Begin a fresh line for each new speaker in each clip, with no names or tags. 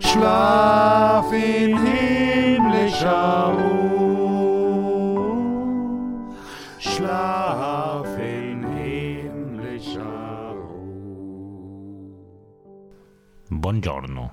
Schlaf in himmlischer Ruhe. Schlaf in himmlischer Ruhe.
Buongiorno.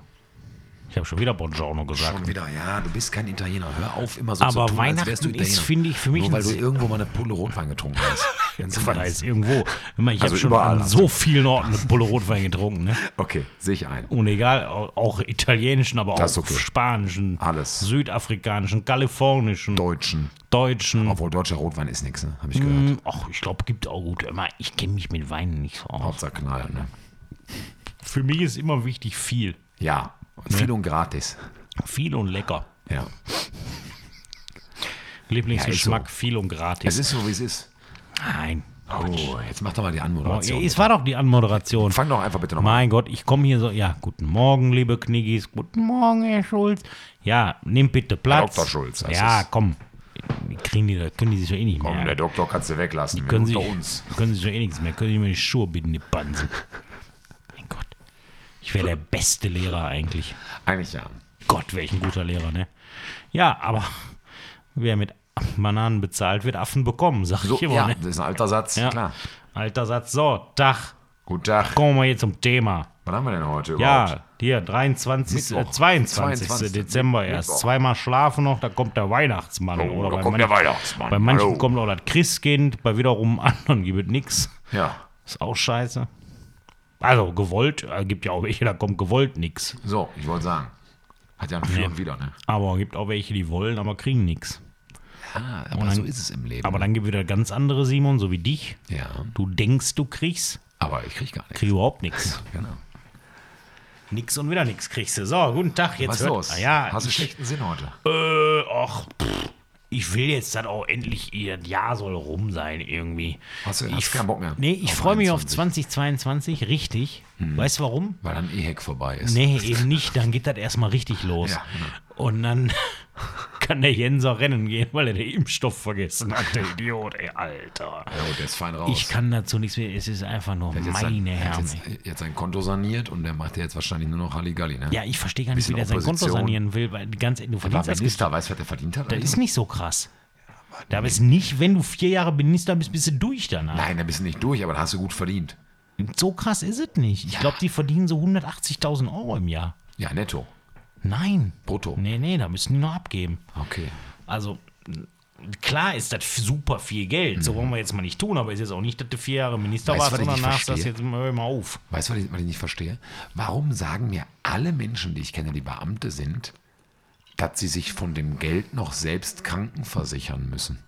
Ich habe schon wieder Buongiorno gesagt.
Schon wieder, ja, du bist kein Italiener. Hör auf, immer so zu
Aber
tun, als wärst du
Weihnachten
Italiener.
ist, finde ich, für mich
Nur weil
ein
du
sehr-
irgendwo mal eine Pulle Rotwein getrunken hast. Ganz im
Was
Ernst.
heißt irgendwo? Ich, meine, ich
Also
habe schon
überall
an
hast
so vielen Orten eine Pulle Rotwein getrunken. Ne?
Okay, sehe ich ein.
Und egal, au- auch italienischen, aber
Das
auch
ist okay.
spanischen,
Alles.
südafrikanischen, kalifornischen,
Deutschen.
deutschen. Hm,
Obwohl deutscher Rotwein ist nichts, ne? Habe ich gehört.
Ach, ich glaube, gibt auch gut. Immer, ich kenne mich mit Weinen nicht so aus.
Hauptsache Knall, ne?
Für mich ist immer wichtig viel.
Ja, viel und gratis.
Viel und lecker.
Ja.
Lieblingsgeschmack,
Ja, ist
viel und
Es
gratis.
ist so, wie es ist.
Nein.
Oh, jetzt mach doch mal die
Oh,
Anmoderation.
es war doch die Anmoderation.
Fang doch einfach bitte nochmal
Mein Gott, ich komme hier so. Ja, guten Morgen, liebe Kniggis. Guten Morgen, Herr Schulz. Ja, nimm bitte Platz.
Dr. Schulz, das
Ja,
ist-
komm. Die Kriegen die, das können die sich ja eh nicht
Komm,
mehr.
der Doktor kannst du weglassen.
können,
unter
sich,
uns.
können sich ja eh nichts mehr. Können sich mir die Schuhe bieten, die Bansen. mein Gott. Ich wäre der beste Lehrer eigentlich.
Eigentlich ja.
Gott, welch ein guter Lehrer, ne? Ja, aber wer mit Bananen bezahlt, wird Affen bekommen, sag
So,
ich immer,
ja,
ne?
das ist ein alter Satz, klar.
Alter Satz, so, Dach.
Guten Tag.
Kommen wir jetzt zum Thema.
Wann haben wir denn heute überhaupt?
Ja, hier, 23, äh,
Mittwoch.
22.
22.
Dezember erst.
Mittwoch.
Zweimal schlafen noch, da kommt der Weihnachtsmann.
Oh, da
bei
kommt der Weihnachtsmann.
Bei manchen
Hallo.
kommt auch das Christkind, bei wiederum anderen gibt es nichts.
Ja.
Ist auch scheiße. Also gewollt, äh, gibt ja auch welche, da kommt gewollt nichts.
So, ich wollte sagen. Hat ja ein Für und Wider, ne?
Aber gibt auch welche, die wollen, aber kriegen nichts.
Ah, aber so ist es im Leben.
Oh Aber dann gibt wieder ganz andere Simon, so wie dich.
ja,
Du denkst, du kriegst,
aber ich krieg gar nichts.
krieg überhaupt nichts.
Genau.
Nix und wieder nichts kriegst du. So, guten Tag, jetzt
Was ist
hört-
los?
Ah, ja,
Hast du
ich-
schlechten Sinn heute?
Äh, ach, pff, ich will jetzt dann auch endlich, ihr Jahr soll rum sein irgendwie.
Hast du- hast
ich,
keinen Bock mehr
Nee, ich
auf
freue mich auf
21.
2022, richtig. Weißt du warum?
Weil dann E-Hack vorbei ist.
Nee, eben nicht, dann geht das erstmal richtig los.
Ja,
Und dann kann der Jens auch rennen gehen, weil er den Impfstoff vergessen hat, der Idiot, ey, Alter.
Ja, gut, der ist fein raus.
Ich kann dazu nichts mehr, es ist einfach nur
Der hat jetzt
meine
sein, er hat
Herren. ey.
jetzt, jetzt sein Konto saniert und der macht ja jetzt wahrscheinlich nur noch Halligalli, ne?
Ja, ich verstehe gar nicht, wie
bisschen
der sein Konto
Opposition.
sanieren will, weil ganz ehrlich, du
War
verdienst das Geld
Minister, weißt du, was der verdient hat?
Das ist nicht so krass. Da bist nicht, wenn du vier Jahre Minister bist, bist du durch danach.
Nein, da bist du nicht durch, aber da hast du gut verdient.
So krass ist es nicht. Ich glaube, die verdienen so 180.000 Euro im Jahr.
Ja, netto.
Nein.
Brutto.
Nee, nee, da müssen die noch abgeben.
Okay.
Also, m, klar ist das super viel Geld. So wollen wir jetzt mal nicht tun, aber ist jetzt auch nicht, dass du vier Jahre Minister
Mhm. Weißt
warst
du, was
und
ich nicht
danach sagst,
verstehe?
jetzt hör mal auf.
Weißt du, was ich, was ich nicht verstehe? Warum sagen mir alle Menschen, die ich kenne, die Beamte sind, dass sie sich von dem Geld noch selbst krankenversichern müssen?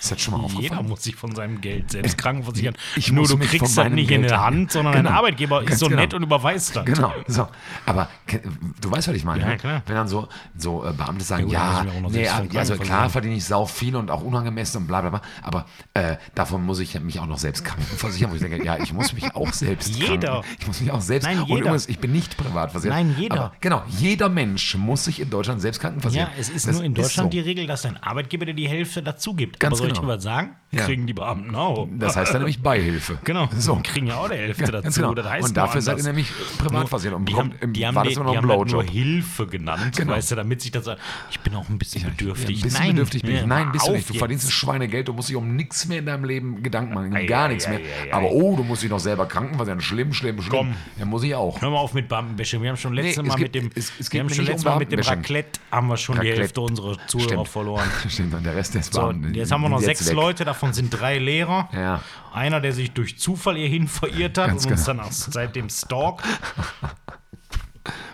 Ist das schon mal
Jeder
aufgefallen?
muss sich von seinem Geld selbst krankenversichern.
Ich
Nur
muss
du
mich von
kriegst das
meinem
nicht in
Geld-
der Hand, sondern dein
Genau.
Arbeitgeber ist
Ganz
so
genau.
nett und überweist das.
Genau, so. Aber ke- du weißt, was ich meine.
Ja,
ne?
klar.
Wenn dann so, so äh, Beamte sagen,
Ja, gut, dann
ja,
müssen wir auch noch
nee,
selbst
ab-
von
also
krankenversichern.
klar verdiene ich sau viel und auch unangemessen und bla bla bla, aber äh, davon muss ich mich auch noch selbst krankenversichern, wo ich denke, ja, ich muss mich auch selbst
Jeder.
Kranken, ich muss mich auch selbst.
Nein,
Und
jeder.
übrigens, ich bin nicht privat versichert.
Nein, jeder.
Aber genau, jeder Mensch muss sich in Deutschland selbst krankenversichern.
Ja, es ist
Also Das
nur in Deutschland
so.
die Regel, dass dein Arbeitgeber dir die Hälfte dazu gibt.
Ganz
Aber soll ich
genau.
dir was sagen?
Ja.
Kriegen die Beamten auch.
Das heißt dann nämlich Beihilfe.
genau.
So.
Kriegen ja auch die Hälfte
Ganz
dazu.
genau.
Das heißt
und
nur
dafür seid
anders.
ihr nämlich privat versichert und
die
bekommt
haben,
im
die haben,
war
die,
das immer noch
die
ein
haben halt nur
Blowjob.
Hilfe genannt,
Genau.
weißt du, damit sich das. Ich bin auch ein bisschen bedürftig.
Ein bisschen
Nein,
bedürftig bin ich.
ja,
Nein, bist du
auf
nicht. Du
jetzt.
verdienst ein Schweinegeld, du musst dich um nichts mehr in deinem Leben Gedanken machen, um
Ei,
gar
ei,
nichts
ei,
mehr.
ei, ei.
Aber oh, du musst dich noch selber krankenversichern. Schlimm, schlimm, schlimm.
Komm.
Ja, muss ich auch.
Hör mal auf mit Beamtenbäsche. Wir haben schon letztes
Nee, es
Mal
gibt-
mit dem,
es-
wir
es geht
haben
mir
schon
nicht
letztes
um
Mal mit dem
Beamtenbäschen.
Raclette haben wir schon die
Raclette.
Hälfte unserer Zuhörer
Stimmt.
verloren.
Stimmt, und der Rest ist
So, und jetzt haben wir noch sechs Leute, davon sind drei Lehrer.
Ja.
Einer, der sich durch Zufall hierhin verirrt hat
Ganz
und uns
genau.
dann auch seitdem stalkt.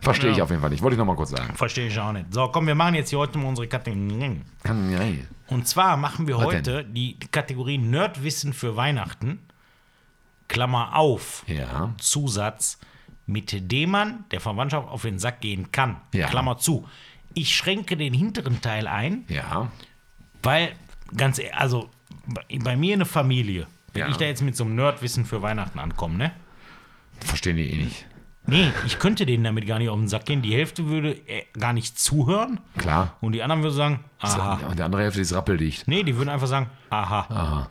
Verstehe ich
Ja.
auf jeden Fall nicht. Wollte ich nochmal kurz sagen.
Verstehe ich auch nicht. So, komm, wir machen jetzt hier heute mal unsere Kategorien.
Kann, ja, ja.
Und zwar machen wir
Was
heute die Kategorie Nerdwissen für Weihnachten. Klammer auf.
ja.
Zusatz, mit dem man der Verwandtschaft auf den Sack gehen kann.
Ja.
Klammer zu. ich schränke den hinteren Teil ein,
Ja.
weil, ganz ehrlich, also bei- bei mir eine Familie, wenn
Ja.
ich da jetzt mit so einem Nerdwissen für Weihnachten ankomme, ne?
Verstehen die eh nicht.
Nee, ich könnte denen damit gar nicht auf den Sack gehen. Die Hälfte würde äh, gar nicht zuhören
Klar.
und die anderen würden sagen, aha.
Und die andere Hälfte ist rappeldicht.
Nee, die würden einfach sagen, aha.
Ah,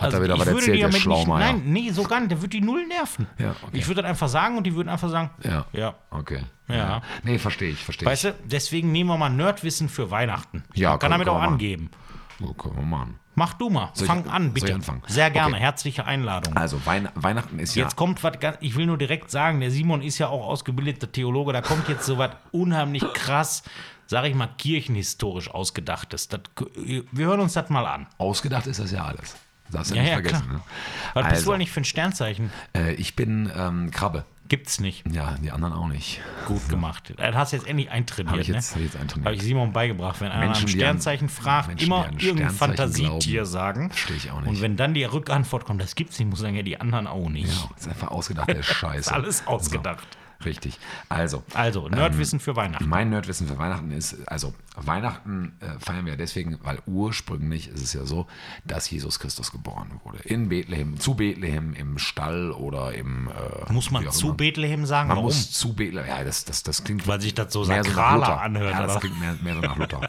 Hat er wieder
Also ich
was
würde
erzählt,
die
der
damit
Schlaumeier.
Nicht, nein, nee, so gar nicht. Der würde die null nerven.
Ja, okay.
Ich würde das einfach sagen und die würden einfach sagen,
Ja.
ja.
Okay.
Ja.
Nee, verstehe ich, verstehe ich.
Weißt du, deswegen nehmen wir mal Nerdwissen für Weihnachten.
Ja,
kann
können-
damit
können
auch
wir machen.
angeben.
So, können wir machen.
Mach du mal.
ich-
Fang an,
soll
bitte.
ich anfangen?
Sehr gerne.
Okay.
Herzliche Einladung.
Also Weihn Weihnachten ist
Jetzt kommt was ganz, ich will nur direkt sagen, der Simon ist ja auch ausgebildeter Theologe, da kommt jetzt so was unheimlich krass, sag ich mal, kirchenhistorisch ausgedachtes. Das, wir hören uns das mal an.
ja ausgedacht ist das ja alles. Das hast du
Ja,
ja,
ja,
nicht vergessen.
klar.
Ne?
Was bist du
Also.
eigentlich für ein Sternzeichen?
Äh, ich bin ähm, Krabbe.
Gibt's nicht.
Ja, die anderen auch nicht.
Gut gemacht. Das hast du jetzt endlich eintrainiert.
Habe ich
ne?
jetzt, hab ich jetzt eintrainiert.
Habe ich Simon beigebracht, wenn einer
Menschen,
nach einem
die an-
Sternzeichen fragt,
Menschen, die
immer
an
irgendein
Sternzeichen
Fantasietier
glauben.
sagen.
Verstehe ich auch nicht.
Und wenn dann die Rückantwort kommt, das gibt's nicht, muss ich sagen, ja, die anderen auch nicht.
Ja, ist einfach ausgedacht, der Scheiß.
Ist alles ausgedacht.
So, richtig. Also,
Also, Nerdwissen für Weihnachten.
mein Nerdwissen für Weihnachten ist, also Weihnachten äh, feiern wir deswegen, weil ursprünglich ist es ja so, dass Jesus Christus geboren wurde. In Bethlehem, zu Bethlehem, im Stall oder im... Äh,
Muss
wie
man
auch
zu
immer.
Bethlehem sagen?
Man
Warum?
muss zu Bethlehem, ja, das, das, das klingt...
Weil sich das so
mehr so nach
sakraler
Luther.
anhört,
Ja,
oder?
das klingt mehr, mehr so nach Luther.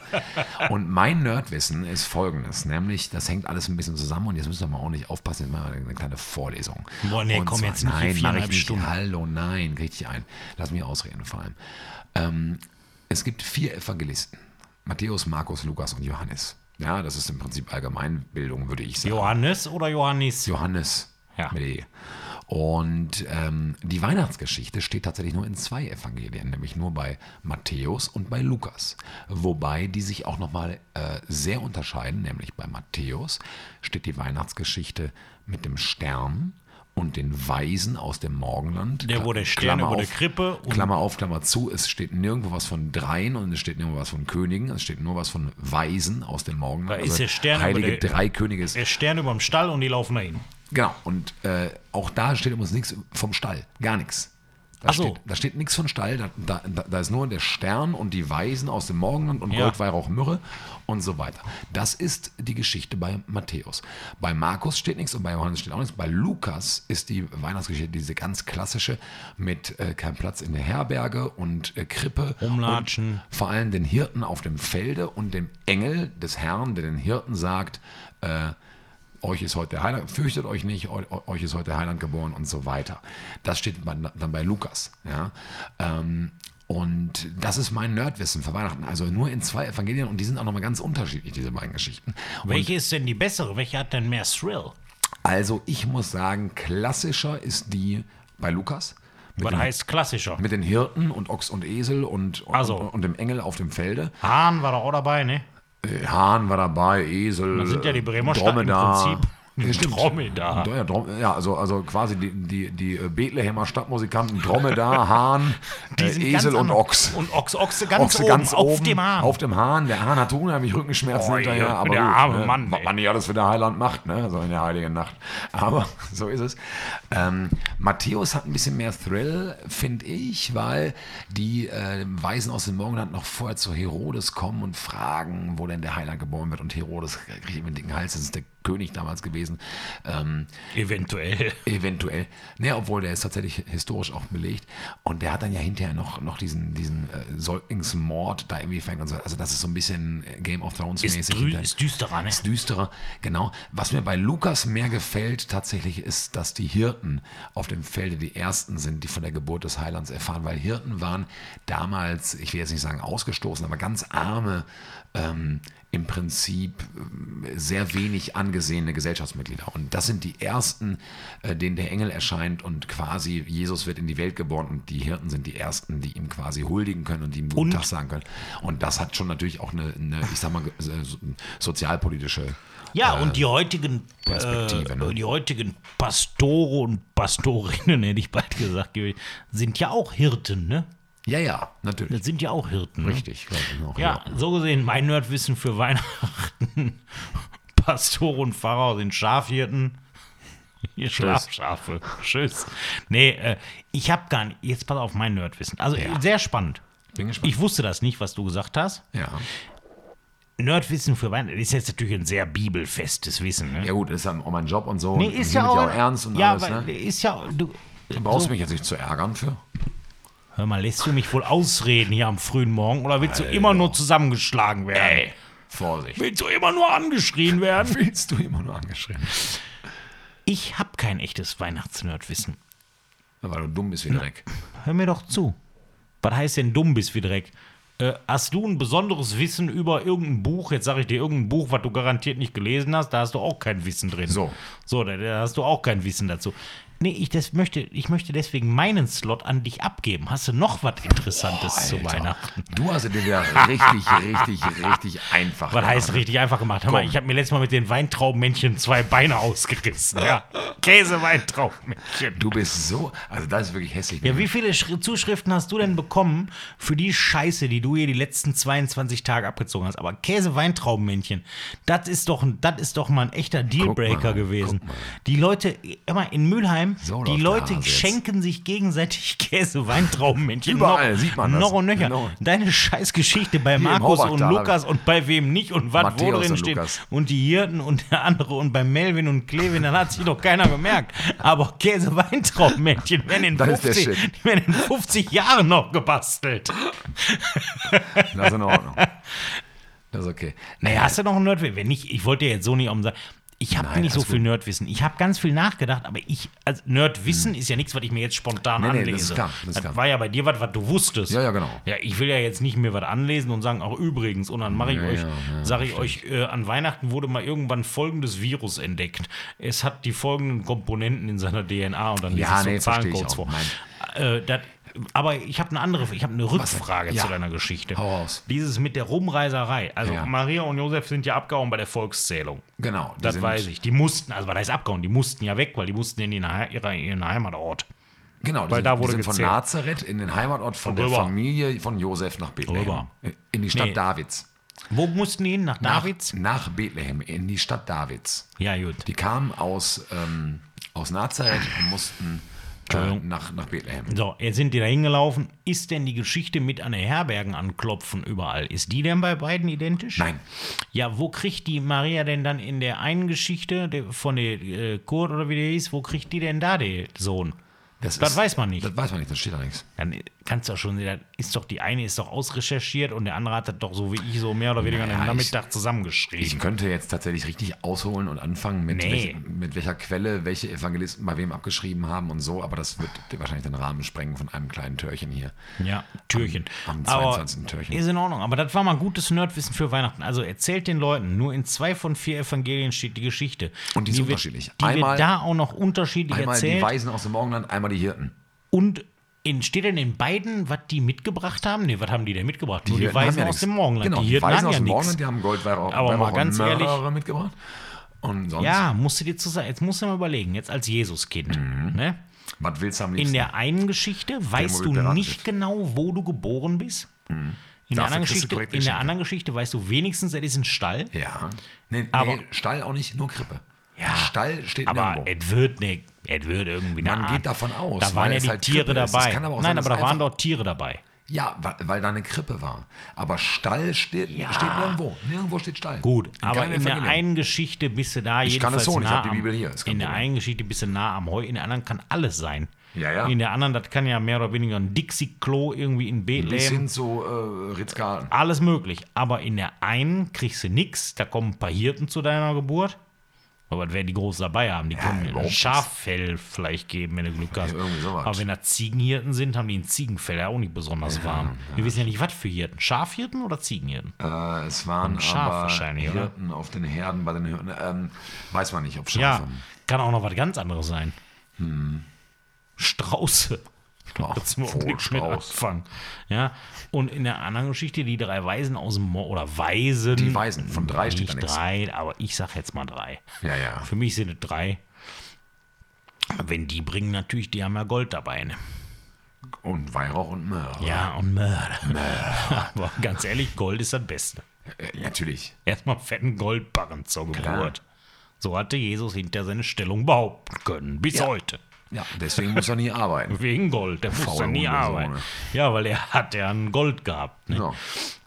Und mein Nerdwissen ist folgendes, nämlich, das hängt alles ein bisschen zusammen und jetzt müssen wir mal ordentlich aufpassen, jetzt machen wir eine kleine Vorlesung.
Boah, nee,
und
komm, jetzt nicht hier
Nein, mach ich
viereinhalb
nicht.
Stunden.
Hallo, nein, richtig ein. Lass mich ausreden vor allem. Ähm, es gibt vier Evangelisten. Matthäus, Markus, Lukas und Johannes. Ja, das ist im Prinzip Allgemeinbildung, würde ich sagen.
Johannes oder Johannes?
Johannes.
Ja.
Mit E. Und ähm, die Weihnachtsgeschichte steht tatsächlich nur in zwei Evangelien, nämlich nur bei Matthäus und bei Lukas. Wobei die sich auch nochmal äh, sehr unterscheiden, nämlich bei Matthäus steht die Weihnachtsgeschichte mit dem Stern und den Weisen aus dem Morgenland.
Der
Kla-
wurde Stern, der
Klammer
wurde
auf,
Krippe und-
Klammer auf, Klammer zu. Es steht nirgendwo was von Dreien und es steht nirgendwo was von Königen. Es steht nur was von Weisen aus dem Morgenland. Also
Da ist der Stern, aber
Heilige
der-
Drei Könige ist
Der Stern überm Stall und die laufen dahin.
Genau, und äh, auch da steht übrigens nichts vom Stall, gar nichts. Da
Ach so.
steht, da steht nichts von Stall, da, da, da- da ist nur der Stern und die Weisen aus dem Morgenland und
Ja.
Gold, Weihrauch, Myrrhe und so weiter. Das ist die Geschichte bei Matthäus. Bei Markus steht nichts und bei Johannes steht auch nichts. Bei Lukas ist die Weihnachtsgeschichte diese ganz klassische mit äh, kein Platz in der Herberge und äh, Krippe.
Oh Umlatschen.
Und vor allem den Hirten auf dem Felde und dem Engel des Herrn, der den Hirten sagt, äh, euch ist heute der Heiland, fürchtet euch nicht, eu- eu- euch ist heute der Heiland geboren und so weiter. Das steht bei, dann bei Lukas. Ja? Ähm, und das ist mein Nerdwissen für Weihnachten. Also nur in zwei Evangelien und die sind auch nochmal ganz unterschiedlich, diese beiden Geschichten.
Welche ist denn die bessere? Welche hat denn mehr Thrill?
Also ich muss sagen, klassischer ist die bei Lukas. Mit
Was
dem-
heißt klassischer?
mit den Hirten und Ochs und Esel und, und,
Also.
und, und dem Engel auf dem Felde.
Hahn war da auch dabei, ne?
Äh, Hahn war dabei, Esel.
Das sind ja die Bremer
Dromedar.
Stadt im
Ja,
Prinzip.
stimmt.
Dromedar.
Ja, Drom ja also, also quasi die, die, die äh, Bethlehemer Stadtmusikanten Dromedar, Hahn,
Die
äh,
sind
Esel
ganz
und
am-
Ochs.
Und Ochs, Ochse ganz,
Ochse
oben,
ganz
auf
oben,
dem Hahn.
Auf dem Hahn. Der Hahn hat unheimlich Rückenschmerzen
Oi,
hinterher. Aber
der
gut,
arme
ne?
Mann,
Was
ey.
man nicht alles für der Heiland macht, ne? so in der heiligen Nacht. Aber so ist es. Ähm, Matthäus hat ein bisschen mehr Thrill, finde ich, weil die äh, Weisen aus dem Morgenland noch vorher zu Herodes kommen und fragen, wo denn der Heiland geboren wird. Und Herodes kriegt immer einen dicken Hals. Das ist der König damals gewesen. Ähm,
Eventuell.
Eventuell. Ne, obwohl der ist tatsächlich historisch auch belegt. Und der hat dann ja hinterher noch, noch diesen, diesen äh, Säuglingsmord da irgendwie fängt und so. Also das ist so ein bisschen äh, Game of Thrones
Ist,
mäßig.
drü
hinterher.
ist düsterer, ne?
Ist düsterer, genau. Was mir bei Lukas mehr gefällt tatsächlich ist, dass die Hirten auf dem Felde die ersten sind, die von der Geburt des Heilands erfahren, weil Hirten waren damals, ich will jetzt nicht sagen ausgestoßen, aber ganz arme, ähm, im Prinzip ähm, sehr wenig angesehene Gesellschaftsmitglieder. Und das sind die ersten, äh, denen der Engel erscheint und quasi Jesus wird in die Welt geboren und die Hirten sind die ersten, die ihm quasi huldigen können und die ihm guten
Und
Tag sagen können. Und das hat schon natürlich auch eine, eine ich sag mal, ge- so- so- sozialpolitische. äh,
Ja, und die heutigen,
Perspektive,
äh,
ne?
die heutigen Pastore und Pastorinnen, hätte ich bald gesagt, sind ja auch Hirten, ne?
Ja, ja, natürlich.
Das sind ja auch Hirten. Ne?
Richtig. ja, das sind auch
Ja,
Hirten.
so gesehen, mein Nerdwissen für Weihnachten. Pastore und Pfarrer sind Schafhirten. Ihr Schlafschafe. Tschüss. Nee, äh, ich habe gar nicht. Jetzt pass auf mein Nerdwissen. Also
Ja.
sehr spannend.
Bin gespannt.
Ich wusste das nicht, was du gesagt hast.
ja.
Nerdwissen für Weihnachten ist jetzt natürlich ein sehr bibelfestes Wissen. Ne?
ja, gut, ist dann auch mein Job und so.
nee,
und
ist
ich
ja
nehme
auch,
dich ernst und
ja,
alles.
weil-
Ne?
ist ja du,
Du brauchst mich jetzt nicht zu ärgern für.
Hör mal, lässt du mich wohl ausreden hier am frühen Morgen oder willst du immer nur zusammengeschlagen werden?
Vorsicht.
Willst du immer nur angeschrien werden?
Willst du immer nur angeschrieben?
Ich habe kein echtes Weihnachtsnerdwissen.
Weil du dumm bist wie Dreck.
Hör mir doch zu. Was heißt denn dumm bist wie Dreck? Äh, hast du ein besonderes Wissen über irgendein Buch? Jetzt sage ich dir irgendein Buch, was du garantiert nicht gelesen hast. Da hast du auch kein Wissen drin.
So.
So, da, da hast du auch kein Wissen dazu. Nee, ich, das möchte, ich möchte deswegen meinen Slot an dich abgeben. Hast du noch was Interessantes zu
Alter.
Weihnachten?
Du hast es dir wieder richtig, richtig, richtig einfach
Was
gemacht.
heißt richtig einfach gemacht? Hör mal, ich habe mir letztes Mal mit den Weintraubenmännchen zwei Beine ausgerissen. Ja. Käse-Weintraubenmännchen.
Du bist so, also das ist wirklich hässlich.
Ja, wie viele Schri- Zuschriften hast du denn bekommen für die Scheiße, die du hier die letzten 22 Tage abgezogen hast? Aber Käse-Weintraubenmännchen, das ist doch, ein- das ist doch mal ein echter
Guck mal,
Dealbreaker gewesen. Die Leute, immer in Mülheim,
So
die
läuft der
Leute
Hase jetzt.
schenken sich gegenseitig Käse-Weintraubenmännchen.
Überall
noch,
sieht man das.
Noch und nöcher.
Genau.
Deine Scheißgeschichte bei
im
Markus und
Haubachtal.
Lukas und bei wem nicht und was wo
Matthäus
drin
und
steht
Lukas.
und die Hirten und der andere und bei Melvin und Clevin, dann hat sich doch keiner gemerkt. Aber Käse-Weintraubmännchen werden in,
Das ist der
50, die werden in 50 Jahren noch gebastelt.
Das ist in Ordnung. Das ist okay.
Naja, hast du noch ein Nerdwissen? Wenn nicht, ich wollte dir jetzt so nicht umsagen. Ich habe
Nein,
nicht so
alles
viel Nerdwissen. Ich habe ganz viel nachgedacht, aber ich, also Nerdwissen ist ja nichts, was ich mir jetzt spontan
Hm. Nee, nee, das
anlese.
ist klar, das ist klar.
war ja bei dir was, was du wusstest.
Ja, ja, genau.
Ja, ich will ja jetzt nicht mir was anlesen und sagen, auch übrigens, und dann mache ich
Ja,
euch,
ja, ja,
sage ich euch, äh, an Weihnachten wurde mal irgendwann folgendes Virus entdeckt. Es hat die folgenden Komponenten in seiner DNA und dann liest
Ja,
es
nee,
so
verstehe ich
Zahlencodes
auch.
vor.
Nein.
Äh, dat, aber ich habe eine andere, ich habe eine Rückfrage
Ja.
zu deiner Geschichte.
Hau raus.
Dieses mit der Rumreiserei. Also
Ja.
Maria und Josef sind ja abgehauen bei der Volkszählung.
Genau. die
Das
sind-
weiß ich. Die mussten, also was heißt abgehauen? Die mussten ja weg, weil die mussten in ihren, Hei- ihre- ihren Heimatort.
Genau, die
Weil
sind,
da
die
wurde
sind von
gezählt.
Nazareth in den Heimatort von der
Rüber.
Familie von Josef nach Bethlehem.
Rüber.
In die Stadt
Nee.
Davids.
Wo mussten die hin? Nach Davids?
Nach, nach Bethlehem, in die Stadt Davids.
Ja, gut.
Die kamen aus, ähm, aus Nazareth und mussten äh,
Entschuldigung.
nach, nach Bethlehem.
So, jetzt sind die da hingelaufen. Ist denn die Geschichte mit an den Herbergen anklopfen überall? Ist die denn bei beiden identisch?
Nein.
Ja, wo kriegt die Maria denn dann in der einen Geschichte der- von der äh, Kurt oder wie der hieß, wo kriegt die denn da den Sohn? Das weiß man nicht.
Das weiß man nicht, das steht da nichts.
Dann kannst du ja schon, dann ist doch die eine ist doch ausrecherchiert und der andere hat das doch so wie ich so mehr oder weniger
Naja,
am
ich-
Nachmittag
Ich
zusammengeschrieben.
könnte jetzt tatsächlich richtig ausholen und anfangen, mit,
Nee.
welch, mit welcher Quelle welche Evangelisten bei wem abgeschrieben haben und so, aber das wird wahrscheinlich den Rahmen sprengen von einem kleinen Törchen hier.
ja, Türchen.
Am- am 22. Türchen.
Ist in Ordnung, aber das war mal gutes Nerdwissen für Weihnachten. Also erzählt den Leuten, nur in zwei von vier Evangelien steht die Geschichte.
Und die ist
wir-
unterschiedlich.
Die
Einmal-
wird da auch noch unterschiedlich
Einmal die
erzählt. Oh,
Weisen aus dem Morgenland, einmal die Hirten.
Und in, steht denn in beiden, was die mitgebracht haben? Nee, was haben die denn mitgebracht?
Die
Nur die
Hirten haben
Weisen
ja
aus
nichts.
dem Morgenland.
Genau,
die
die
Hirten
Weisen
haben
aus
ja
dem
nichts.
Morgenland, die haben Goldweihrauch
Aber mal
Weihrauch und
ganz ehrlich-
Myrrhe mitgebracht. Und sonst,
Ja, musst du dir zusammen, jetzt musst du mal überlegen, jetzt als Jesuskind. Ne?
was willst Mhm. du am
In
liebsten?
der einen Geschichte weißt du
Mobil beraten
nicht
ist. Mhm.
genau, wo du geboren bist. In,
Dafür
der anderen,
kriegst du
Geschichte,
korrekte
in der
Geschenke.
anderen Geschichte weißt du wenigstens, es ist ein Stall.
ja. Nee, nee,
Aber-
Stall auch nicht, nur Krippe.
Ja,
Stall steht
Aber
nirgendwo.
es wird ne, es wird irgendwie eine
Man
Art.
geht davon aus,
Da
weil
waren ja
es
die
halt
Tiere
Krippe ist. Das
dabei.
kann aber auch
Nein,
sein,
aber
dass
da waren
einfach-
dort Tiere dabei.
Ja, weil, weil da eine Krippe war. Aber Stall steht, steht nirgendwo. Nirgendwo steht Stall.
Gut,
In
aber
keinem
in der
Evangelium.
einen Geschichte bist du da
Ich kann
jedenfalls
es so, ich
nah
hab die
am-
Bibel hier, ist kein
In der
Problem.
einen Geschichte bist du nah am Heu, in der anderen kann alles sein.
Ja, ja.
In der anderen, das kann ja mehr oder weniger ein Dixie-Klo irgendwie in
Bis
Bethlehem.
hin zu äh, Ritzgarten.
Alles möglich. Aber in der einen kriegst du nichts. Da kommen ein paar Hirten zu deiner Geburt. Aber das werden die groß dabei haben. Die können dir ein
überhaupt
Schaffell vielleicht geben, wenn du Glück hast.
irgendwie sowas.
Aber wenn da Ziegenhirten sind, haben die ein Ziegenfell ja auch nicht besonders warm. Wir wissen ja nicht, was für Hirten. Schafhirten oder Ziegenhirten?
Äh, es waren
Schaf
aber
wahrscheinlich, oder?
Hirten auf den Herden bei den Hirten. Ähm, weiß man nicht, ob
ja,
Schafe.
kann auch noch was ganz anderes sein.
Hm.
Strauße.
Ja,
Das muss man nichts mit anfangen. Ja, und in der anderen Geschichte, die drei Weisen aus dem Mo oder Weisen.
Die Weisen, von drei steht da
nicht
nichts.
drei, aber ich sag jetzt mal drei.
Ja, ja.
Für mich sind es drei. Wenn die bringen natürlich, die haben ja Gold dabei. Ne?
Und Weihrauch und Myrrhe.
Ja, und Mörder. Aber ganz ehrlich, Gold ist das Beste.
Äh, natürlich.
Erstmal einen fetten Goldbarren zur
Klar.
Geburt. So hatte Jesus hinter seine Stellung behaupten können. Bis heute.
Ja, deswegen muss er nie arbeiten.
Wegen Gold. Der muss
Faul
dann nie
ohne Sohne.
arbeiten. Ja, weil er hat ja ein Gold gehabt. Ne?
Ja.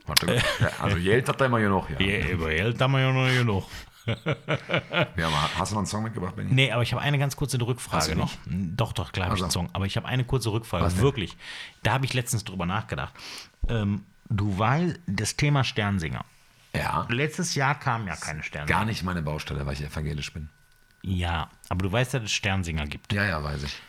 Hat er- ja, Also Geld hat er immer genug, ja.
Ja, über Geld haben wir ja noch genug.
ja aber hast du noch einen Song mitgebracht, Benny?
Nee, aber ich habe eine ganz kurze Rückfrage
du
noch. Doch, doch, klar habe ich
Also.
einen Song. Aber ich habe eine kurze Rückfrage.
Was denn?
Wirklich. Da habe ich letztens drüber nachgedacht. Ähm, du weißt, das Thema Sternsinger.
Ja.
Letztes Jahr kamen ja keine Sternsinger.
Gar nicht meine Baustelle, weil ich evangelisch bin.
Ja, aber du weißt, dass es Sternsinger gibt.
Ja, ja, weiß ich.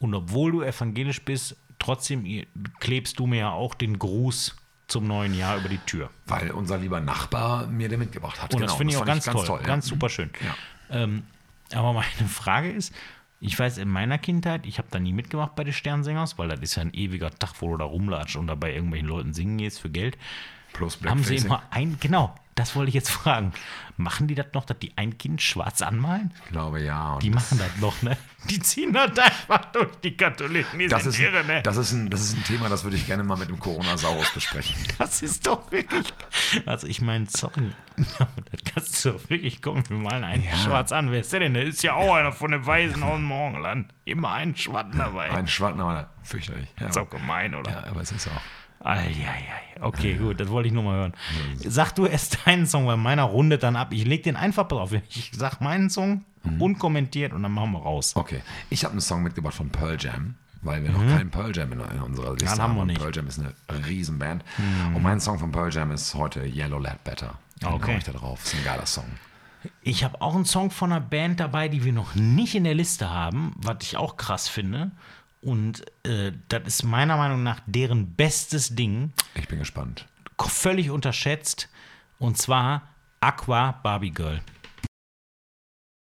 Und obwohl du evangelisch bist, trotzdem i- klebst du mir ja auch den Gruß zum neuen Jahr über die Tür.
Weil unser lieber Nachbar mir den mitgebracht hat.
Und
Genau,
Oh, das finde ich auch
fand
ganz, toll,
ja.
ganz super schön.
Ja.
Ähm, aber meine Frage ist, ich weiß in meiner Kindheit, ich habe da nie mitgemacht bei den Sternsingers, weil das ist ja ein ewiger Tag, wo du da rumlatscht und dabei irgendwelchen Leuten singen gehst für Geld.
Plus
Haben sie
Blackfacing.
immer ein, genau, das wollte ich jetzt fragen. Machen die das noch, dass die ein Kind schwarz anmalen?
Ich glaube, ja. Und
Die machen das noch, ne? Die ziehen das einfach durch die Katholiken. Die
das,
sind
ist,
irre, ne?
das, ist ein, das ist ein Thema, das würde ich gerne mal mit dem Coronasaurus besprechen.
Das ist doch wirklich. Also, ich meine, sorry. aber Das kannst du doch wirklich kommen. Wir malen einen schwarz an. Wer ist der denn? Der ist ja auch einer von den Weisen aus dem Morgenland. Immer einen Schwarzen dabei.
Ein Schwarzen, aber fürchterlich. Ja,
ist doch gemein, oder?
ja, aber es ist auch.
Eieiei. Okay, gut, das wollte ich nur mal hören. Sag du erst deinen Song, weil meiner rundet dann ab. Ich leg den einfach drauf. Ich sag meinen Song unkommentiert und dann machen wir raus.
Okay, ich habe einen Song mitgebracht von Pearl Jam, weil wir noch keinen Pearl Jam in, in unserer Liste
Mhm. haben wir
Und
nicht. Mhm.
Pearl Jam ist eine Riesenband. Und mein Song von Pearl Jam ist heute Yellow Lad Better. Den
Okay.
komm ich da drauf. Ist ein geiler Song.
Ich habe auch einen Song von einer Band dabei, die wir noch nicht in der Liste haben, was ich auch krass finde. Und äh, das ist meiner Meinung nach deren bestes Ding,
Ich bin gespannt.
k- völlig unterschätzt. Und zwar Aqua Barbie Girl.